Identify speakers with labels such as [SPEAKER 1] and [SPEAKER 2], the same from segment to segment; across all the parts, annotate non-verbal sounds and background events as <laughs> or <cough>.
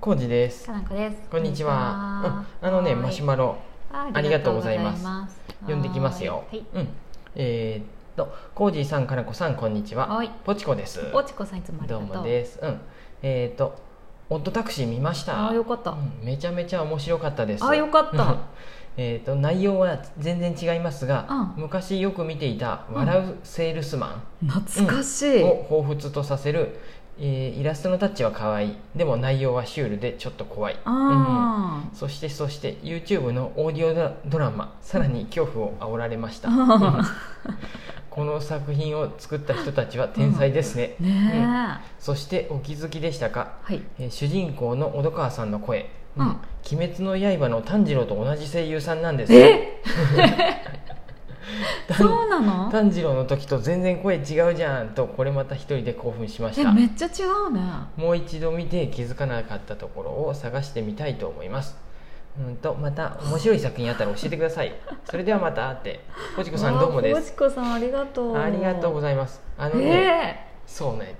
[SPEAKER 1] コウジです
[SPEAKER 2] かなこです
[SPEAKER 1] こんにちは、うん、あのねマシュ
[SPEAKER 2] マ
[SPEAKER 1] マロ
[SPEAKER 2] ロ
[SPEAKER 1] ありがとうございます呼んできますよ
[SPEAKER 2] はい
[SPEAKER 1] うんえーっとコウジさんかなこさんこんにちは
[SPEAKER 2] はい
[SPEAKER 1] ポチコです
[SPEAKER 2] おちこさんいつもありが
[SPEAKER 1] どう
[SPEAKER 2] とう
[SPEAKER 1] もですうんえーっとオットタクシー見ました
[SPEAKER 2] あーよかった
[SPEAKER 1] うんめちゃめちゃ面白かったです
[SPEAKER 2] あーよかった
[SPEAKER 1] うんえーっと内容は全然違いますが、
[SPEAKER 2] う
[SPEAKER 1] 昔よく見ていた「笑うセールスマ
[SPEAKER 2] 懐かしい
[SPEAKER 1] ン」を彷彿とさせる、えーイラストのタッチは可愛いでも内容はシュールでちょっと怖い
[SPEAKER 2] あ
[SPEAKER 1] そしてそして YouTube のオーディオドドラマさらに恐怖を煽られました、
[SPEAKER 2] あ
[SPEAKER 1] <laughs> この作品を作った人たちは天才ですね、
[SPEAKER 2] ーねえ
[SPEAKER 1] うんそしてお気づきでしたか、
[SPEAKER 2] はい
[SPEAKER 1] えー主人公の小戸川さんの声、
[SPEAKER 2] うん
[SPEAKER 1] 鬼滅の刃」の炭治郎と同じ声優さんなんです <laughs>
[SPEAKER 2] え <laughs>
[SPEAKER 1] 炭
[SPEAKER 2] そうなの
[SPEAKER 1] 炭治郎の時と全然声違うじゃんとこれまた一人で興奮しまし
[SPEAKER 2] え
[SPEAKER 1] た
[SPEAKER 2] めっちゃ違うね
[SPEAKER 1] もう一度見て気づかなかったところを探してみたいと思いますうんとまた面白い作品あったら教えてくだ
[SPEAKER 2] <laughs>
[SPEAKER 1] さいそれではまたってポチコさんどうもで
[SPEAKER 2] お
[SPEAKER 1] す
[SPEAKER 2] ちこさんありがとう
[SPEAKER 1] ありがとうご
[SPEAKER 2] ざい
[SPEAKER 1] ざいますあの
[SPEAKER 2] ます
[SPEAKER 1] ね、
[SPEAKER 2] え
[SPEAKER 1] そうなんやて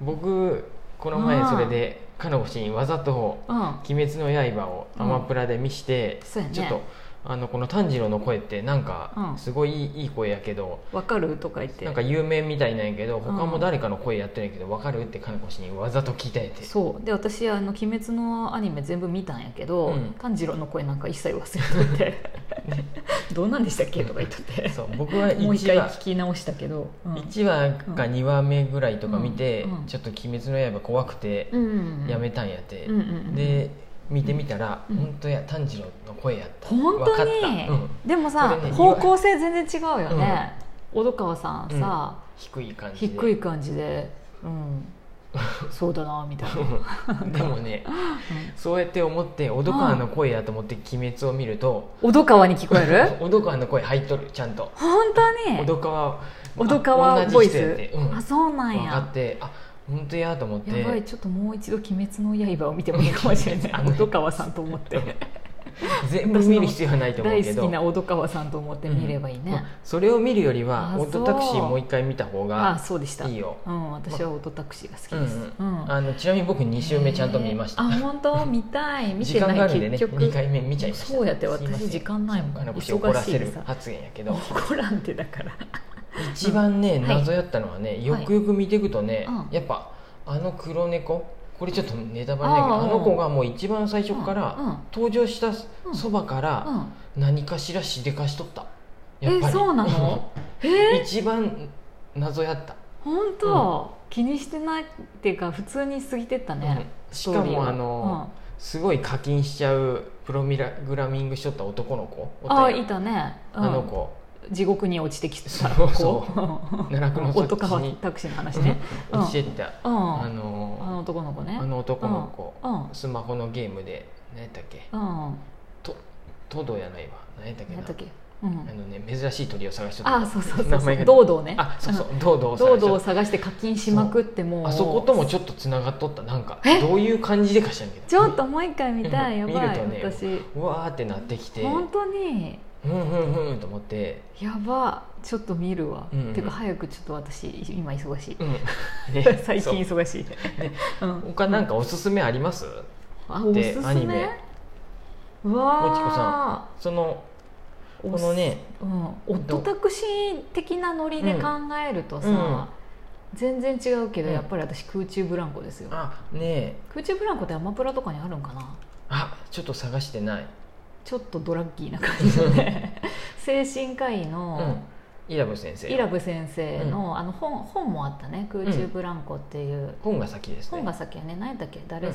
[SPEAKER 1] 僕この前それでかのこしにわざと
[SPEAKER 2] えうん
[SPEAKER 1] 「鬼滅の刃」をアマプラで見して、
[SPEAKER 2] そうやね
[SPEAKER 1] ちょっとあのこの炭治郎の声ってなんか
[SPEAKER 2] うん
[SPEAKER 1] すごいいいいい声やけど、
[SPEAKER 2] わかるとか言って
[SPEAKER 1] なんか有名みたいなんやけど他も誰かの声やってるんやけど分かるってかのこしにわざと聞いたんやて
[SPEAKER 2] そうで私あの「鬼滅」のアニメ全部見たんやけど、
[SPEAKER 1] うん
[SPEAKER 2] 炭治郎の声なんか一切忘れとってどうなんでしたっけとか言っとっ
[SPEAKER 1] <laughs>
[SPEAKER 2] て
[SPEAKER 1] そう僕は
[SPEAKER 2] もう一
[SPEAKER 1] 1
[SPEAKER 2] 回
[SPEAKER 1] 話
[SPEAKER 2] 聞き直したけど、うん
[SPEAKER 1] 1話か2話目ぐらいとか見て、
[SPEAKER 2] うんうん
[SPEAKER 1] ちょっと「鬼滅の刃」怖くて
[SPEAKER 2] うん
[SPEAKER 1] やめたんやって、
[SPEAKER 2] うんうんうん
[SPEAKER 1] で見てみたら、
[SPEAKER 2] うん
[SPEAKER 1] 本当や炭治郎の声やった
[SPEAKER 2] 本
[SPEAKER 1] わか
[SPEAKER 2] 当
[SPEAKER 1] っ
[SPEAKER 2] に、
[SPEAKER 1] た、うん、
[SPEAKER 2] でもさ、
[SPEAKER 1] これね
[SPEAKER 2] 方向性全然違うよね、小戸川さんさ、
[SPEAKER 1] 低い感じで
[SPEAKER 2] 低い感じで、
[SPEAKER 1] <laughs>
[SPEAKER 2] うん、そうだなみたいな、
[SPEAKER 1] うんでもねそうやって思って小戸川の声やと思って「鬼滅」を見ると
[SPEAKER 2] 小戸川に聞こえる
[SPEAKER 1] 小戸川の声入っとるちゃんと
[SPEAKER 2] 本当
[SPEAKER 1] 小
[SPEAKER 2] に
[SPEAKER 1] 戸川
[SPEAKER 2] 小戸川ボイス
[SPEAKER 1] 同じ人やってうん
[SPEAKER 2] あそうなん
[SPEAKER 1] 分か
[SPEAKER 2] や
[SPEAKER 1] ってあ本当やと思って
[SPEAKER 2] やばいちょっともう一度「鬼滅の刃」を見てもいいかもしれ <laughs> ない
[SPEAKER 1] あの
[SPEAKER 2] 小戸川さんと思
[SPEAKER 1] <laughs>
[SPEAKER 2] って
[SPEAKER 1] 全部見る必要はないと思う
[SPEAKER 2] 大
[SPEAKER 1] け
[SPEAKER 2] 好
[SPEAKER 1] ど
[SPEAKER 2] きな小戸川さんと思って見ればいい
[SPEAKER 1] うん
[SPEAKER 2] ね、
[SPEAKER 1] それを見るよりは
[SPEAKER 2] あ
[SPEAKER 1] オートタクシー
[SPEAKER 2] そう
[SPEAKER 1] もう一回見た方
[SPEAKER 2] あ
[SPEAKER 1] が
[SPEAKER 2] そうでした
[SPEAKER 1] いいよ
[SPEAKER 2] うん、私はオートタクシーが好きです、
[SPEAKER 1] うん
[SPEAKER 2] うん
[SPEAKER 1] あのちなみに僕2週目ちゃんと見ました、
[SPEAKER 2] えーあ本
[SPEAKER 1] <laughs>
[SPEAKER 2] 当見たい見
[SPEAKER 1] 時
[SPEAKER 2] て
[SPEAKER 1] 間が
[SPEAKER 2] な
[SPEAKER 1] あ
[SPEAKER 2] い
[SPEAKER 1] るんでね
[SPEAKER 2] 結局
[SPEAKER 1] 2回目見ちゃいました
[SPEAKER 2] そうやって
[SPEAKER 1] すいませ
[SPEAKER 2] 私
[SPEAKER 1] ん
[SPEAKER 2] 時間ないもん
[SPEAKER 1] あの怒ら
[SPEAKER 2] 忙しい
[SPEAKER 1] せ
[SPEAKER 2] で
[SPEAKER 1] る
[SPEAKER 2] さ
[SPEAKER 1] 発言やけど
[SPEAKER 2] 怒らんってだから
[SPEAKER 1] 一番ね
[SPEAKER 2] はい
[SPEAKER 1] 謎やったのはねよくよく見ていくとね
[SPEAKER 2] うん
[SPEAKER 1] やっぱあの黒猫これちょっとネタバレだけど
[SPEAKER 2] あ
[SPEAKER 1] あ
[SPEAKER 2] ー
[SPEAKER 1] の子がもう一番最初か
[SPEAKER 2] うんう
[SPEAKER 1] ら
[SPEAKER 2] ん
[SPEAKER 1] 登場したそばか
[SPEAKER 2] う
[SPEAKER 1] ら
[SPEAKER 2] ん
[SPEAKER 1] 何かしらしでかしとった
[SPEAKER 2] え
[SPEAKER 1] やっぱり
[SPEAKER 2] そう
[SPEAKER 1] <laughs>
[SPEAKER 2] なのえー、
[SPEAKER 1] 一番謎やった
[SPEAKER 2] 本当、気にしてないっていうか普通に過ぎてったね、
[SPEAKER 1] うん
[SPEAKER 2] ストーリーは
[SPEAKER 1] しかもあの、すごい課金しちゃうプロミラグラミングしとった男の子
[SPEAKER 2] う
[SPEAKER 1] おっ
[SPEAKER 2] ん
[SPEAKER 1] た
[SPEAKER 2] あ
[SPEAKER 1] やん
[SPEAKER 2] いたね、うん
[SPEAKER 1] あの子
[SPEAKER 2] 地獄に落ちてきた
[SPEAKER 1] そうそう
[SPEAKER 2] こう
[SPEAKER 1] 奈落の
[SPEAKER 2] オート
[SPEAKER 1] 底地
[SPEAKER 2] カ
[SPEAKER 1] に
[SPEAKER 2] タクシーの話
[SPEAKER 1] <laughs>
[SPEAKER 2] ね、うん
[SPEAKER 1] 落ちてった、
[SPEAKER 2] うん、
[SPEAKER 1] あ
[SPEAKER 2] あの
[SPEAKER 1] の
[SPEAKER 2] 男の子ね
[SPEAKER 1] あの男の子、
[SPEAKER 2] うんうん
[SPEAKER 1] スマホのゲームで何やったっけ
[SPEAKER 2] うん
[SPEAKER 1] とトドやないわ何やったっけ
[SPEAKER 2] 何
[SPEAKER 1] な
[SPEAKER 2] だっけ、うん
[SPEAKER 1] あ、のね珍しい鳥を探しとった
[SPEAKER 2] あそうそうそ
[SPEAKER 1] 名
[SPEAKER 2] うそ
[SPEAKER 1] 前
[SPEAKER 2] う
[SPEAKER 1] が
[SPEAKER 2] 堂々ね
[SPEAKER 1] あそうそ
[SPEAKER 2] ん
[SPEAKER 1] う堂々を探
[SPEAKER 2] 堂
[SPEAKER 1] し
[SPEAKER 2] 々
[SPEAKER 1] と
[SPEAKER 2] を
[SPEAKER 1] っ
[SPEAKER 2] 探して課金しまくってもう
[SPEAKER 1] たあそこともちょっとつながっとったなんか
[SPEAKER 2] え
[SPEAKER 1] どういう感じでかしらんけど
[SPEAKER 2] ちょっともう一回見たいや
[SPEAKER 1] うん
[SPEAKER 2] ば
[SPEAKER 1] 見る
[SPEAKER 2] い、
[SPEAKER 1] とね
[SPEAKER 2] 私
[SPEAKER 1] うわーってなってきて
[SPEAKER 2] 本当に
[SPEAKER 1] ふんふんふんと思って
[SPEAKER 2] やばちょっと見るわ、
[SPEAKER 1] うんうん
[SPEAKER 2] ていうか早くちょっと私今忙しい、
[SPEAKER 1] うんね
[SPEAKER 2] <laughs> 最
[SPEAKER 1] そう
[SPEAKER 2] 近忙しい、うん
[SPEAKER 1] 他なんかおすすめあります、
[SPEAKER 2] あおすす
[SPEAKER 1] でアニメ
[SPEAKER 2] めうわ
[SPEAKER 1] もちこ
[SPEAKER 2] あ
[SPEAKER 1] そのこ
[SPEAKER 2] おす
[SPEAKER 1] のね
[SPEAKER 2] うん、オットタクシー的なノリで考えるとさ、全然違うけど、
[SPEAKER 1] うん
[SPEAKER 2] やっぱり私空中ブランコですよ
[SPEAKER 1] あねえ
[SPEAKER 2] 空中ブランコってアマプラとかにあるんかな
[SPEAKER 1] あちょっと探してない、
[SPEAKER 2] ちょっとドラッキーな感じの
[SPEAKER 1] <laughs>
[SPEAKER 2] ね精神科医
[SPEAKER 1] う
[SPEAKER 2] の
[SPEAKER 1] ん、イラブ先生
[SPEAKER 2] イラブ先生の,、あの本本もあったね「空中ブランコ」っていう、
[SPEAKER 1] 本が先ですね
[SPEAKER 2] 本が先やね何やったっけ誰,、
[SPEAKER 1] うん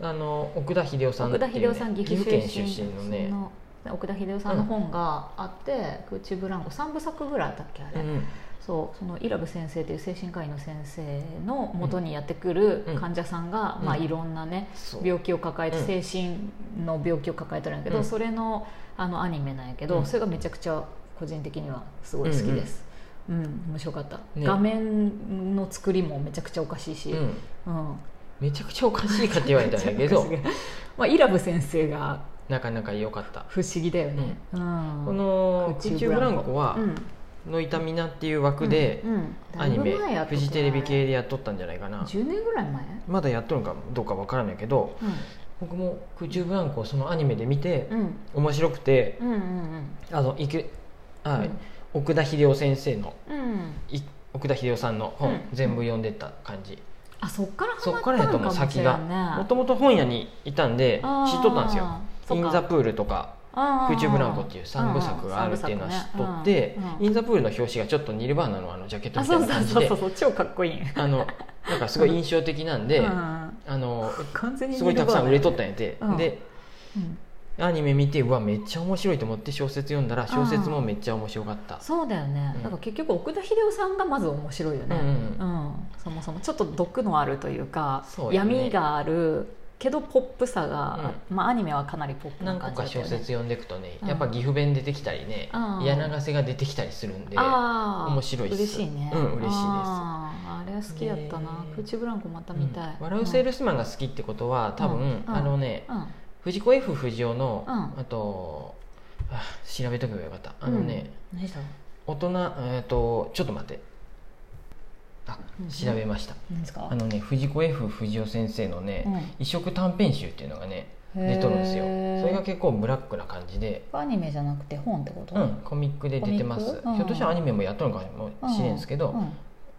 [SPEAKER 2] 誰
[SPEAKER 1] あの奥田秀夫さん
[SPEAKER 2] 奥田
[SPEAKER 1] ってい
[SPEAKER 2] 秀
[SPEAKER 1] う
[SPEAKER 2] 夫
[SPEAKER 1] ね
[SPEAKER 2] さん岐
[SPEAKER 1] 岐
[SPEAKER 2] 阜
[SPEAKER 1] 阜
[SPEAKER 2] 出
[SPEAKER 1] 県
[SPEAKER 2] 身
[SPEAKER 1] 出身のね
[SPEAKER 2] その奥田秀夫さんの本があって「空中ブランコ」3部作ぐらいあったっけあ
[SPEAKER 1] う
[SPEAKER 2] れ、
[SPEAKER 1] ん
[SPEAKER 2] そうそのイラブ先生という精神科医の先生の元にやってくる
[SPEAKER 1] うん
[SPEAKER 2] 患者さんが、
[SPEAKER 1] うん
[SPEAKER 2] まあ、いろんなね
[SPEAKER 1] そう
[SPEAKER 2] 病気を抱えて、
[SPEAKER 1] うん
[SPEAKER 2] 精神の病気を抱えてるんやけど、
[SPEAKER 1] うん
[SPEAKER 2] それのあのアニメなんやけど、
[SPEAKER 1] うん
[SPEAKER 2] それがめちゃくちゃ個人的にはすごい好きです、うん面白かった、
[SPEAKER 1] ね
[SPEAKER 2] 画面の作りもめちゃくちゃおかしいし、
[SPEAKER 1] うん
[SPEAKER 2] うん
[SPEAKER 1] めちゃくちゃおかしいかって言われたんだけ
[SPEAKER 2] <laughs>
[SPEAKER 1] ど
[SPEAKER 2] まあ、イラブ先生が
[SPEAKER 1] なかなか良かった
[SPEAKER 2] 不思議だよね、うん
[SPEAKER 1] この空中ブランコは「のいたみな」っていう枠で
[SPEAKER 2] うんうん
[SPEAKER 1] アニメ
[SPEAKER 2] だいぶ前やった
[SPEAKER 1] フジテレビ系でやっとったんじゃないかな
[SPEAKER 2] 10年ぐらい前、
[SPEAKER 1] まだやっとるんかどうかわからないけど
[SPEAKER 2] うん
[SPEAKER 1] 僕も「空中ブランコ」をそのアニメで見て
[SPEAKER 2] うんうん
[SPEAKER 1] 面白くて
[SPEAKER 2] うんうん
[SPEAKER 1] あのいくあ
[SPEAKER 2] うん
[SPEAKER 1] 奥田秀夫先生の
[SPEAKER 2] うん
[SPEAKER 1] い奥田秀夫さんの
[SPEAKER 2] う
[SPEAKER 1] 本
[SPEAKER 2] ん
[SPEAKER 1] 全部読んでった感じ
[SPEAKER 2] あそっからハ
[SPEAKER 1] そ
[SPEAKER 2] マ
[SPEAKER 1] っ
[SPEAKER 2] っ
[SPEAKER 1] から
[SPEAKER 2] た
[SPEAKER 1] やと
[SPEAKER 2] の
[SPEAKER 1] 思
[SPEAKER 2] か
[SPEAKER 1] う
[SPEAKER 2] もし
[SPEAKER 1] 先
[SPEAKER 2] れ
[SPEAKER 1] が
[SPEAKER 2] ない
[SPEAKER 1] も
[SPEAKER 2] ね
[SPEAKER 1] ともと本屋にいたんで
[SPEAKER 2] あー
[SPEAKER 1] 知っとったんですよ「
[SPEAKER 2] そっ
[SPEAKER 1] イ
[SPEAKER 2] か
[SPEAKER 1] ン・ザ・プール」とか「
[SPEAKER 2] 空
[SPEAKER 1] 空中ブランコ」っていう3部作があるっていうのは知っとって「イン・ザ・プール」の表紙がちょっとニルバーナのあのジャケット
[SPEAKER 2] あ
[SPEAKER 1] みたい
[SPEAKER 2] そ
[SPEAKER 1] な
[SPEAKER 2] うそう
[SPEAKER 1] 感じ
[SPEAKER 2] そう
[SPEAKER 1] で
[SPEAKER 2] そうそう超かっこいいね
[SPEAKER 1] あのなんかすごい印象的なんで
[SPEAKER 2] うん
[SPEAKER 1] あの
[SPEAKER 2] 完全に
[SPEAKER 1] すごいたくさん売れとった
[SPEAKER 2] よ、
[SPEAKER 1] んやて
[SPEAKER 2] うん
[SPEAKER 1] で
[SPEAKER 2] うん
[SPEAKER 1] アニメ見てうわめっちゃ面白いと思って小説読んだら小説もめっちゃ面白かった
[SPEAKER 2] そうだよね、
[SPEAKER 1] うん
[SPEAKER 2] だから結局奥田秀夫さんがまず面白いよね、
[SPEAKER 1] う
[SPEAKER 2] うんそもそもちょっと毒のあるというか
[SPEAKER 1] そうよね
[SPEAKER 2] 闇があるけどポップさが、まあ、アニメはかなりポップな
[SPEAKER 1] 何個
[SPEAKER 2] 感じだ
[SPEAKER 1] か
[SPEAKER 2] ったよ
[SPEAKER 1] 小
[SPEAKER 2] ね
[SPEAKER 1] 説読んでいくとね
[SPEAKER 2] うん
[SPEAKER 1] やっぱ岐阜弁出てきたりね
[SPEAKER 2] うん
[SPEAKER 1] 柳ヶ瀬が出てきたりするんで
[SPEAKER 2] あー
[SPEAKER 1] 面白いっす
[SPEAKER 2] 嬉しいね
[SPEAKER 1] うん嬉しいです
[SPEAKER 2] あーあれは好きだったな、
[SPEAKER 1] ね
[SPEAKER 2] 空中ブランコまた見たい、
[SPEAKER 1] うん笑うセールスマンが好きってことは多分、
[SPEAKER 2] うん
[SPEAKER 1] あのね、
[SPEAKER 2] うん、うん
[SPEAKER 1] 藤子 F 不二雄の、
[SPEAKER 2] うん
[SPEAKER 1] あとあ調べとけばよかったあのね、
[SPEAKER 2] 何だろ
[SPEAKER 1] 大人えっ、とちょっと待ってあ
[SPEAKER 2] うん
[SPEAKER 1] 調べました、
[SPEAKER 2] う何ですか
[SPEAKER 1] あのね藤子 F 不二雄先生のね、
[SPEAKER 2] う
[SPEAKER 1] 異色短編集っていうのがね
[SPEAKER 2] ん
[SPEAKER 1] 出とるんですよ
[SPEAKER 2] へー
[SPEAKER 1] それが結構ブラックな感じで、
[SPEAKER 2] アニメじゃなくて本ってこと
[SPEAKER 1] うん、コミックで出てます、
[SPEAKER 2] コミックうん
[SPEAKER 1] ひょっとしたらアニメもやっとるかもしれんすけど、
[SPEAKER 2] うん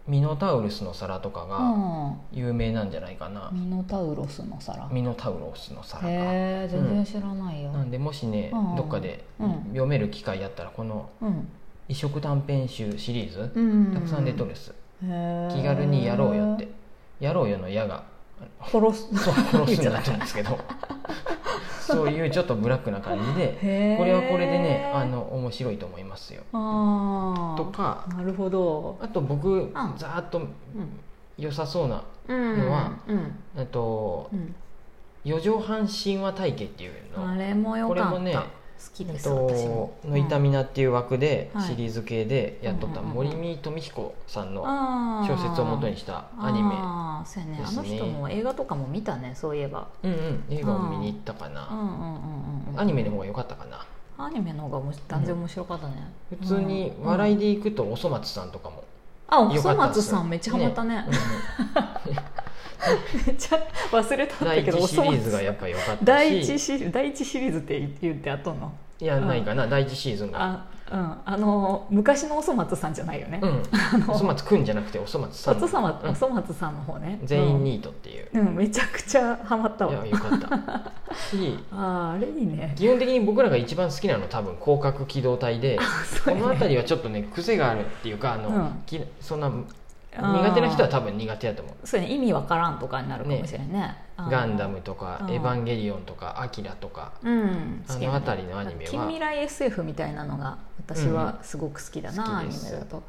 [SPEAKER 1] ミノタウルスの皿とかが
[SPEAKER 2] うん
[SPEAKER 1] 有名なんじゃないかな、
[SPEAKER 2] ミノタウロスの皿へ
[SPEAKER 1] ミノタウロスの皿か
[SPEAKER 2] え全然知らないよ、
[SPEAKER 1] なんでもしね、
[SPEAKER 2] うん
[SPEAKER 1] どっかで
[SPEAKER 2] うん
[SPEAKER 1] 読める機会やったらこの
[SPEAKER 2] うん
[SPEAKER 1] 異色短編集シリーズ、
[SPEAKER 2] うん
[SPEAKER 1] たくさん出とるっす
[SPEAKER 2] 気
[SPEAKER 1] 気軽にやろうよってやろうよの矢が
[SPEAKER 2] 殺す
[SPEAKER 1] そう殺すになってるんですけ
[SPEAKER 2] <laughs>
[SPEAKER 1] どそういうちょっとブラックな感じで
[SPEAKER 2] へー
[SPEAKER 1] これはこれでねあの面白いと思いますよ
[SPEAKER 2] あー
[SPEAKER 1] とか
[SPEAKER 2] なるほど
[SPEAKER 1] あと僕ざーっと
[SPEAKER 2] うん
[SPEAKER 1] 良さそうな
[SPEAKER 2] うん
[SPEAKER 1] のは
[SPEAKER 2] うん
[SPEAKER 1] えっと
[SPEAKER 2] うん
[SPEAKER 1] 四畳半神話体系っていう
[SPEAKER 2] あ
[SPEAKER 1] の
[SPEAKER 2] れもよかった
[SPEAKER 1] これもね
[SPEAKER 2] 好き
[SPEAKER 1] え
[SPEAKER 2] で
[SPEAKER 1] っ
[SPEAKER 2] す、私も
[SPEAKER 1] と「の痛みな」っていう枠で
[SPEAKER 2] うんはい
[SPEAKER 1] シリーズ系でやっとった
[SPEAKER 2] うんうんうん
[SPEAKER 1] 森見富彦さんの
[SPEAKER 2] 小
[SPEAKER 1] 小説を元にしたアニメ
[SPEAKER 2] あーそうやね
[SPEAKER 1] です
[SPEAKER 2] あ
[SPEAKER 1] ね
[SPEAKER 2] の人も映画とかも見たねそういえば
[SPEAKER 1] うんうん映画を見に行ったか
[SPEAKER 2] うん
[SPEAKER 1] な
[SPEAKER 2] うんうんうんうん
[SPEAKER 1] アニメの方が良かったかな
[SPEAKER 2] アニメの方がもう断然面白かったね、
[SPEAKER 1] 普通に
[SPEAKER 2] うん
[SPEAKER 1] 笑いでいくとおそ松さんとかも
[SPEAKER 2] あお
[SPEAKER 1] 良
[SPEAKER 2] そ
[SPEAKER 1] かった
[SPEAKER 2] 松さんめっちゃハマったね
[SPEAKER 1] うん
[SPEAKER 2] めっちゃ忘れ
[SPEAKER 1] うん
[SPEAKER 2] たん
[SPEAKER 1] 第
[SPEAKER 2] <laughs> だけど
[SPEAKER 1] 一シリーズが
[SPEAKER 2] おそ松
[SPEAKER 1] やっぱ良かったし
[SPEAKER 2] 第一シリーズ第一シリーズって言ってあったの
[SPEAKER 1] いやないかな第一シーズンが
[SPEAKER 2] あうんあの昔のおそ松さんじゃないよね、
[SPEAKER 1] うん
[SPEAKER 2] の
[SPEAKER 1] おそ松くんじゃなくておそ松さ
[SPEAKER 2] お
[SPEAKER 1] ん
[SPEAKER 2] そさま
[SPEAKER 1] う
[SPEAKER 2] お
[SPEAKER 1] ん
[SPEAKER 2] そ松さんの方ね
[SPEAKER 1] 全員ニートっていう
[SPEAKER 2] うん、うんめちゃくちゃハマった
[SPEAKER 1] いや
[SPEAKER 2] わ
[SPEAKER 1] 良かった
[SPEAKER 2] <laughs>
[SPEAKER 1] し
[SPEAKER 2] あーあれにね
[SPEAKER 1] 基本的に僕らが一番好きなの多分広角機動隊で <laughs> こ
[SPEAKER 2] そうやね
[SPEAKER 1] の辺りはちょっとね癖があるっていうかあの、
[SPEAKER 2] うん
[SPEAKER 1] きそんな
[SPEAKER 2] あー
[SPEAKER 1] 苦手な人は多分苦手やと思う
[SPEAKER 2] そうやね意味わからんとかになるかもしれないねあー
[SPEAKER 1] ガンダムとか「
[SPEAKER 2] うん
[SPEAKER 1] エヴァンゲリオン」とか「アキラ」とか
[SPEAKER 2] うん
[SPEAKER 1] あ
[SPEAKER 2] 好きや
[SPEAKER 1] の
[SPEAKER 2] ね
[SPEAKER 1] 辺りのアニメ
[SPEAKER 2] 近未
[SPEAKER 1] は
[SPEAKER 2] 来 SF みたいなのが私はすごく好きだな、
[SPEAKER 1] うん
[SPEAKER 2] ア
[SPEAKER 1] 好き
[SPEAKER 2] ニ
[SPEAKER 1] です
[SPEAKER 2] メだと、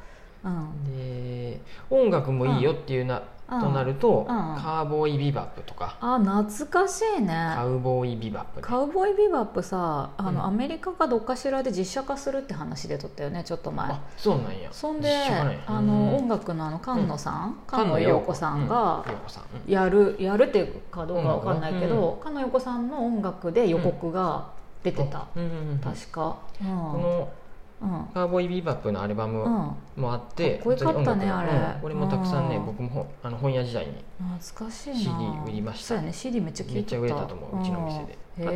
[SPEAKER 2] うん、
[SPEAKER 1] で音楽もいいよっていうな、
[SPEAKER 2] うん
[SPEAKER 1] となると、
[SPEAKER 2] ん
[SPEAKER 1] カーボーイビバップとか、
[SPEAKER 2] あ懐かしい
[SPEAKER 1] カ
[SPEAKER 2] ね
[SPEAKER 1] ウボーイビバップ
[SPEAKER 2] カウボーイビバップさあの、
[SPEAKER 1] うん
[SPEAKER 2] アメリカかどっかしらで実写化するって話で撮ったよねちょっと前
[SPEAKER 1] あそうなんや
[SPEAKER 2] そんで
[SPEAKER 1] 知らない
[SPEAKER 2] あの
[SPEAKER 1] うん
[SPEAKER 2] 音楽のあの菅野さん、菅
[SPEAKER 1] 菅
[SPEAKER 2] 野
[SPEAKER 1] 野
[SPEAKER 2] 陽
[SPEAKER 1] 陽
[SPEAKER 2] 子
[SPEAKER 1] 子
[SPEAKER 2] さ
[SPEAKER 1] さ
[SPEAKER 2] ん
[SPEAKER 1] ん
[SPEAKER 2] が
[SPEAKER 1] 陽子さんうん
[SPEAKER 2] やるやるっていうかどうかわかんないけ
[SPEAKER 1] 音楽
[SPEAKER 2] ど、菅野陽子さんの音楽で予告が出てた、
[SPEAKER 1] うんうんうん
[SPEAKER 2] 確か、うん
[SPEAKER 1] この
[SPEAKER 2] うん
[SPEAKER 1] カーボーイビバップのアルバム
[SPEAKER 2] うん、
[SPEAKER 1] もあって、
[SPEAKER 2] かっこよかった
[SPEAKER 1] 本当
[SPEAKER 2] ね
[SPEAKER 1] に音楽が
[SPEAKER 2] あれ
[SPEAKER 1] うん俺もたくさんね、
[SPEAKER 2] うん
[SPEAKER 1] 僕もほんあの本屋時代に
[SPEAKER 2] 懐かしいな
[SPEAKER 1] CD 売りました
[SPEAKER 2] そうやね CD めっちゃ聞いてた
[SPEAKER 1] めっちゃ売れたと思ううちのお店で
[SPEAKER 2] うんへ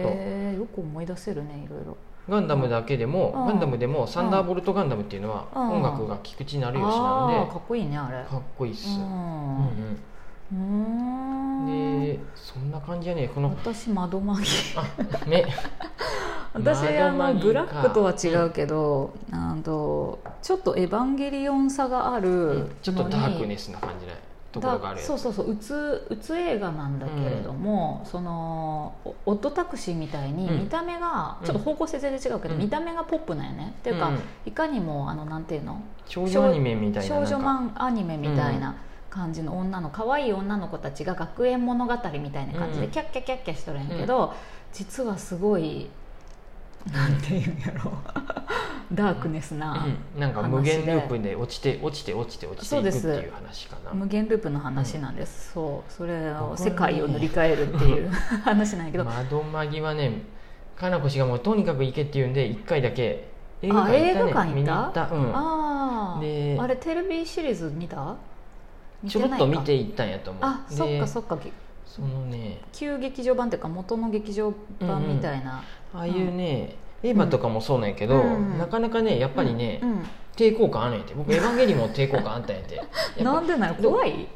[SPEAKER 2] えよく思い出せるねいろいろ
[SPEAKER 1] ガンダムだけでも、
[SPEAKER 2] うん
[SPEAKER 1] ガンダムでもサンダーボルトガンダムっていうのは、
[SPEAKER 2] うん
[SPEAKER 1] 音楽が菊池成吉な
[SPEAKER 2] あ
[SPEAKER 1] ん
[SPEAKER 2] ー
[SPEAKER 1] で
[SPEAKER 2] かっこいいねあれ
[SPEAKER 1] かっこいいっす、うん
[SPEAKER 2] う
[SPEAKER 1] うん
[SPEAKER 2] んうーん
[SPEAKER 1] でそんな感じやねこの
[SPEAKER 2] 私窓まぎ
[SPEAKER 1] あね
[SPEAKER 2] 私あ
[SPEAKER 1] 窓ま
[SPEAKER 2] の
[SPEAKER 1] ぎか
[SPEAKER 2] ブラックとは違うけどあのちょっとエヴァンゲリオンさがあるのに
[SPEAKER 1] ちょっとダークネスな感じないところがある
[SPEAKER 2] だ
[SPEAKER 1] やつ
[SPEAKER 2] そうそうそううつうつ映画なんだけれども、そのおオッドタクシーみたいに
[SPEAKER 1] うん
[SPEAKER 2] 見た目が、
[SPEAKER 1] うん
[SPEAKER 2] ちょっと方向性全然違うけど、
[SPEAKER 1] うん
[SPEAKER 2] 見た目がポップなんよね、っていうか
[SPEAKER 1] ん
[SPEAKER 2] いかにもあのなんていうの
[SPEAKER 1] 少女アニメみたいな
[SPEAKER 2] 少女
[SPEAKER 1] なんか
[SPEAKER 2] 漫画アニメみたいな感じの女の可愛い女の子たちが学園物語みたいな感じ
[SPEAKER 1] うんう
[SPEAKER 2] で
[SPEAKER 1] ん
[SPEAKER 2] キャッキャキャッキャしとるんやけど、実はすごいなんていうんやろダークネスな、
[SPEAKER 1] うん、なんか無限ループで落ちて落ちて落ちて落ちていくって
[SPEAKER 2] そうで
[SPEAKER 1] い
[SPEAKER 2] す
[SPEAKER 1] う話かな
[SPEAKER 2] 無限ループの話なんです、そうそれを
[SPEAKER 1] 僕
[SPEAKER 2] 世界を塗り替えるっていう話なんやけど、
[SPEAKER 1] 窓間際ねかなこ氏がもうとにかく行けって言うんで1回だけ映
[SPEAKER 2] あ
[SPEAKER 1] ね
[SPEAKER 2] 映画館行った
[SPEAKER 1] 見に行った、うん、
[SPEAKER 2] あ
[SPEAKER 1] で
[SPEAKER 2] ああれテレビシリーズ見た見
[SPEAKER 1] ちょ
[SPEAKER 2] て
[SPEAKER 1] ろ
[SPEAKER 2] ない
[SPEAKER 1] っ
[SPEAKER 2] か
[SPEAKER 1] と見ていったんやと思う
[SPEAKER 2] あそっ
[SPEAKER 1] で
[SPEAKER 2] かそっか
[SPEAKER 1] そのね
[SPEAKER 2] 旧劇場版っていうか元の劇場版みたいな、
[SPEAKER 1] ああいうね、エヴァとかもそうなんやけど、
[SPEAKER 2] うん
[SPEAKER 1] なかなかねやっぱりね、
[SPEAKER 2] うんうん
[SPEAKER 1] 抵抗感あるんやて僕エヴァンゲリオンも抵抗感あったんや
[SPEAKER 2] <laughs>
[SPEAKER 1] てやっぱ
[SPEAKER 2] なんでなの怖い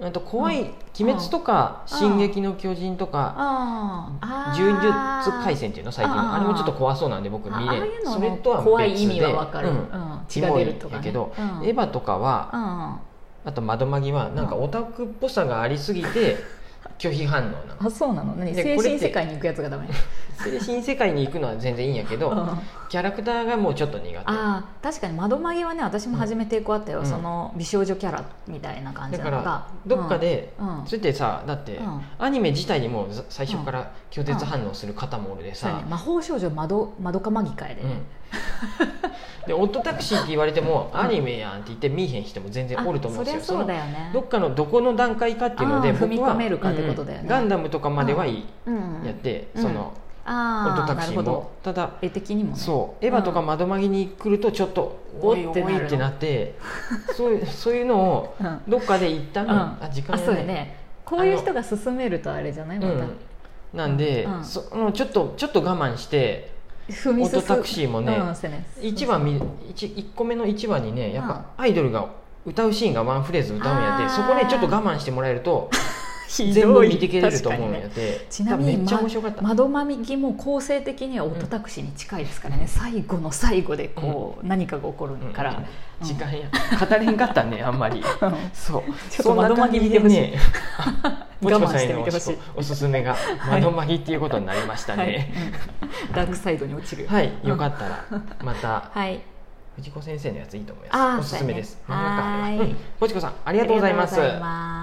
[SPEAKER 1] あと怖い「鬼滅」とか「
[SPEAKER 2] うん
[SPEAKER 1] 進撃の巨人」とか
[SPEAKER 2] ああ
[SPEAKER 1] 「
[SPEAKER 2] あ
[SPEAKER 1] 呪
[SPEAKER 2] あ
[SPEAKER 1] 術廻戦」っていうの最近
[SPEAKER 2] あー
[SPEAKER 1] あれもちょっと怖そうなんで僕
[SPEAKER 2] あ
[SPEAKER 1] 見
[SPEAKER 2] ああ
[SPEAKER 1] れ
[SPEAKER 2] い
[SPEAKER 1] ん
[SPEAKER 2] うの
[SPEAKER 1] それ
[SPEAKER 2] の
[SPEAKER 1] とは別で
[SPEAKER 2] 怖い意味はわかる、
[SPEAKER 1] う
[SPEAKER 2] うんん
[SPEAKER 1] キ
[SPEAKER 2] 血
[SPEAKER 1] モ
[SPEAKER 2] が
[SPEAKER 1] い
[SPEAKER 2] 出るとか、ね、
[SPEAKER 1] やけど
[SPEAKER 2] うん
[SPEAKER 1] エヴァとかは
[SPEAKER 2] うん
[SPEAKER 1] あと「窓マギ」はなんかオタクっぽさがありすぎて
[SPEAKER 2] <laughs>
[SPEAKER 1] 拒否反応なの
[SPEAKER 2] あそうなの何
[SPEAKER 1] で
[SPEAKER 2] 精
[SPEAKER 1] これっ
[SPEAKER 2] 神
[SPEAKER 1] て
[SPEAKER 2] 世界に行くやつがダメ、
[SPEAKER 1] それで新世界に行くのは全然いいんやけ
[SPEAKER 2] うん
[SPEAKER 1] ど
[SPEAKER 2] あ
[SPEAKER 1] キャラクターがもうちょっと苦手
[SPEAKER 2] あ確かに窓紛はね私も初めて抵抗あったよ、
[SPEAKER 1] うん
[SPEAKER 2] その美少女キャラみたいな感じ
[SPEAKER 1] だ
[SPEAKER 2] な
[SPEAKER 1] か
[SPEAKER 2] のが
[SPEAKER 1] らどっか、で
[SPEAKER 2] うんうん
[SPEAKER 1] それってさだって
[SPEAKER 2] うん
[SPEAKER 1] アニメ自体にもうざ最初から拒絶反応する方もおるで
[SPEAKER 2] そうや
[SPEAKER 1] さ
[SPEAKER 2] ね、魔法少女窓窓かマギかやで、
[SPEAKER 1] うん、でオットタクシーって言われても
[SPEAKER 2] うん
[SPEAKER 1] アニメやんって言って見えへん人も全然おると思うんですよ
[SPEAKER 2] あそりゃそうだよね
[SPEAKER 1] そのどっかのどこの段階かっていうので
[SPEAKER 2] あー
[SPEAKER 1] 僕は
[SPEAKER 2] 踏み込めるかってことだよね
[SPEAKER 1] うんガンダムとかまではい
[SPEAKER 2] うんうん
[SPEAKER 1] やって、
[SPEAKER 2] うん
[SPEAKER 1] そのオ
[SPEAKER 2] あ
[SPEAKER 1] ット
[SPEAKER 2] あ
[SPEAKER 1] タク
[SPEAKER 2] な
[SPEAKER 1] シ
[SPEAKER 2] る
[SPEAKER 1] ー
[SPEAKER 2] ほ
[SPEAKER 1] も
[SPEAKER 2] ど
[SPEAKER 1] ただ
[SPEAKER 2] 絵的にもね
[SPEAKER 1] そうエヴァとか窓マギに来るとちょっと「
[SPEAKER 2] うん
[SPEAKER 1] おいお
[SPEAKER 2] おってなる
[SPEAKER 1] い」ってなってそういうそういうのを
[SPEAKER 2] うん、あ
[SPEAKER 1] どっかで一旦、
[SPEAKER 2] うん
[SPEAKER 1] あ時間や
[SPEAKER 2] そうやねこういう人が進めるとあれじゃないま
[SPEAKER 1] う
[SPEAKER 2] た、
[SPEAKER 1] んなんで、
[SPEAKER 2] うん
[SPEAKER 1] そのちょっとちょっと我慢して
[SPEAKER 2] 踏み進
[SPEAKER 1] オットタクシーもね
[SPEAKER 2] うんそうやね
[SPEAKER 1] 1話見 1, 1個目の1話にねやっぱアイドルが歌うシーンがワンフレーズ歌うんや
[SPEAKER 2] あ
[SPEAKER 1] で
[SPEAKER 2] ー
[SPEAKER 1] そこでちょっと我慢してもらえると
[SPEAKER 2] ひ
[SPEAKER 1] 全
[SPEAKER 2] ど
[SPEAKER 1] 部
[SPEAKER 2] い
[SPEAKER 1] 見てけれると思うん
[SPEAKER 2] 確かに
[SPEAKER 1] や
[SPEAKER 2] ね
[SPEAKER 1] で
[SPEAKER 2] ちなみに
[SPEAKER 1] めっちゃ面白かった、
[SPEAKER 2] 窓まみぎも構成的にはオットタクシーに近いですからね、最後の最後でこう、何かが起こる
[SPEAKER 1] うん
[SPEAKER 2] から、うん
[SPEAKER 1] 時間や語れんかったねあんま
[SPEAKER 2] <laughs>
[SPEAKER 1] りそう
[SPEAKER 2] ちょっと
[SPEAKER 1] そんな感じでねもちこ
[SPEAKER 2] 窓
[SPEAKER 1] さん
[SPEAKER 2] 紛
[SPEAKER 1] へ
[SPEAKER 2] れ見
[SPEAKER 1] の
[SPEAKER 2] てほしい
[SPEAKER 1] おすすめが窓まぎっていうことになりました
[SPEAKER 2] はい
[SPEAKER 1] ね
[SPEAKER 2] うんダークサイドに落ちる
[SPEAKER 1] はい、よか
[SPEAKER 2] っ
[SPEAKER 1] ったらまた
[SPEAKER 2] た、はい
[SPEAKER 1] 藤子先生のやついいと思い
[SPEAKER 2] あ
[SPEAKER 1] ま
[SPEAKER 2] ー
[SPEAKER 1] すおすすめです
[SPEAKER 2] そうやね
[SPEAKER 1] 漫画家あれは
[SPEAKER 2] はーい
[SPEAKER 1] うんもちこさんありがとうございます
[SPEAKER 2] ありがとうございます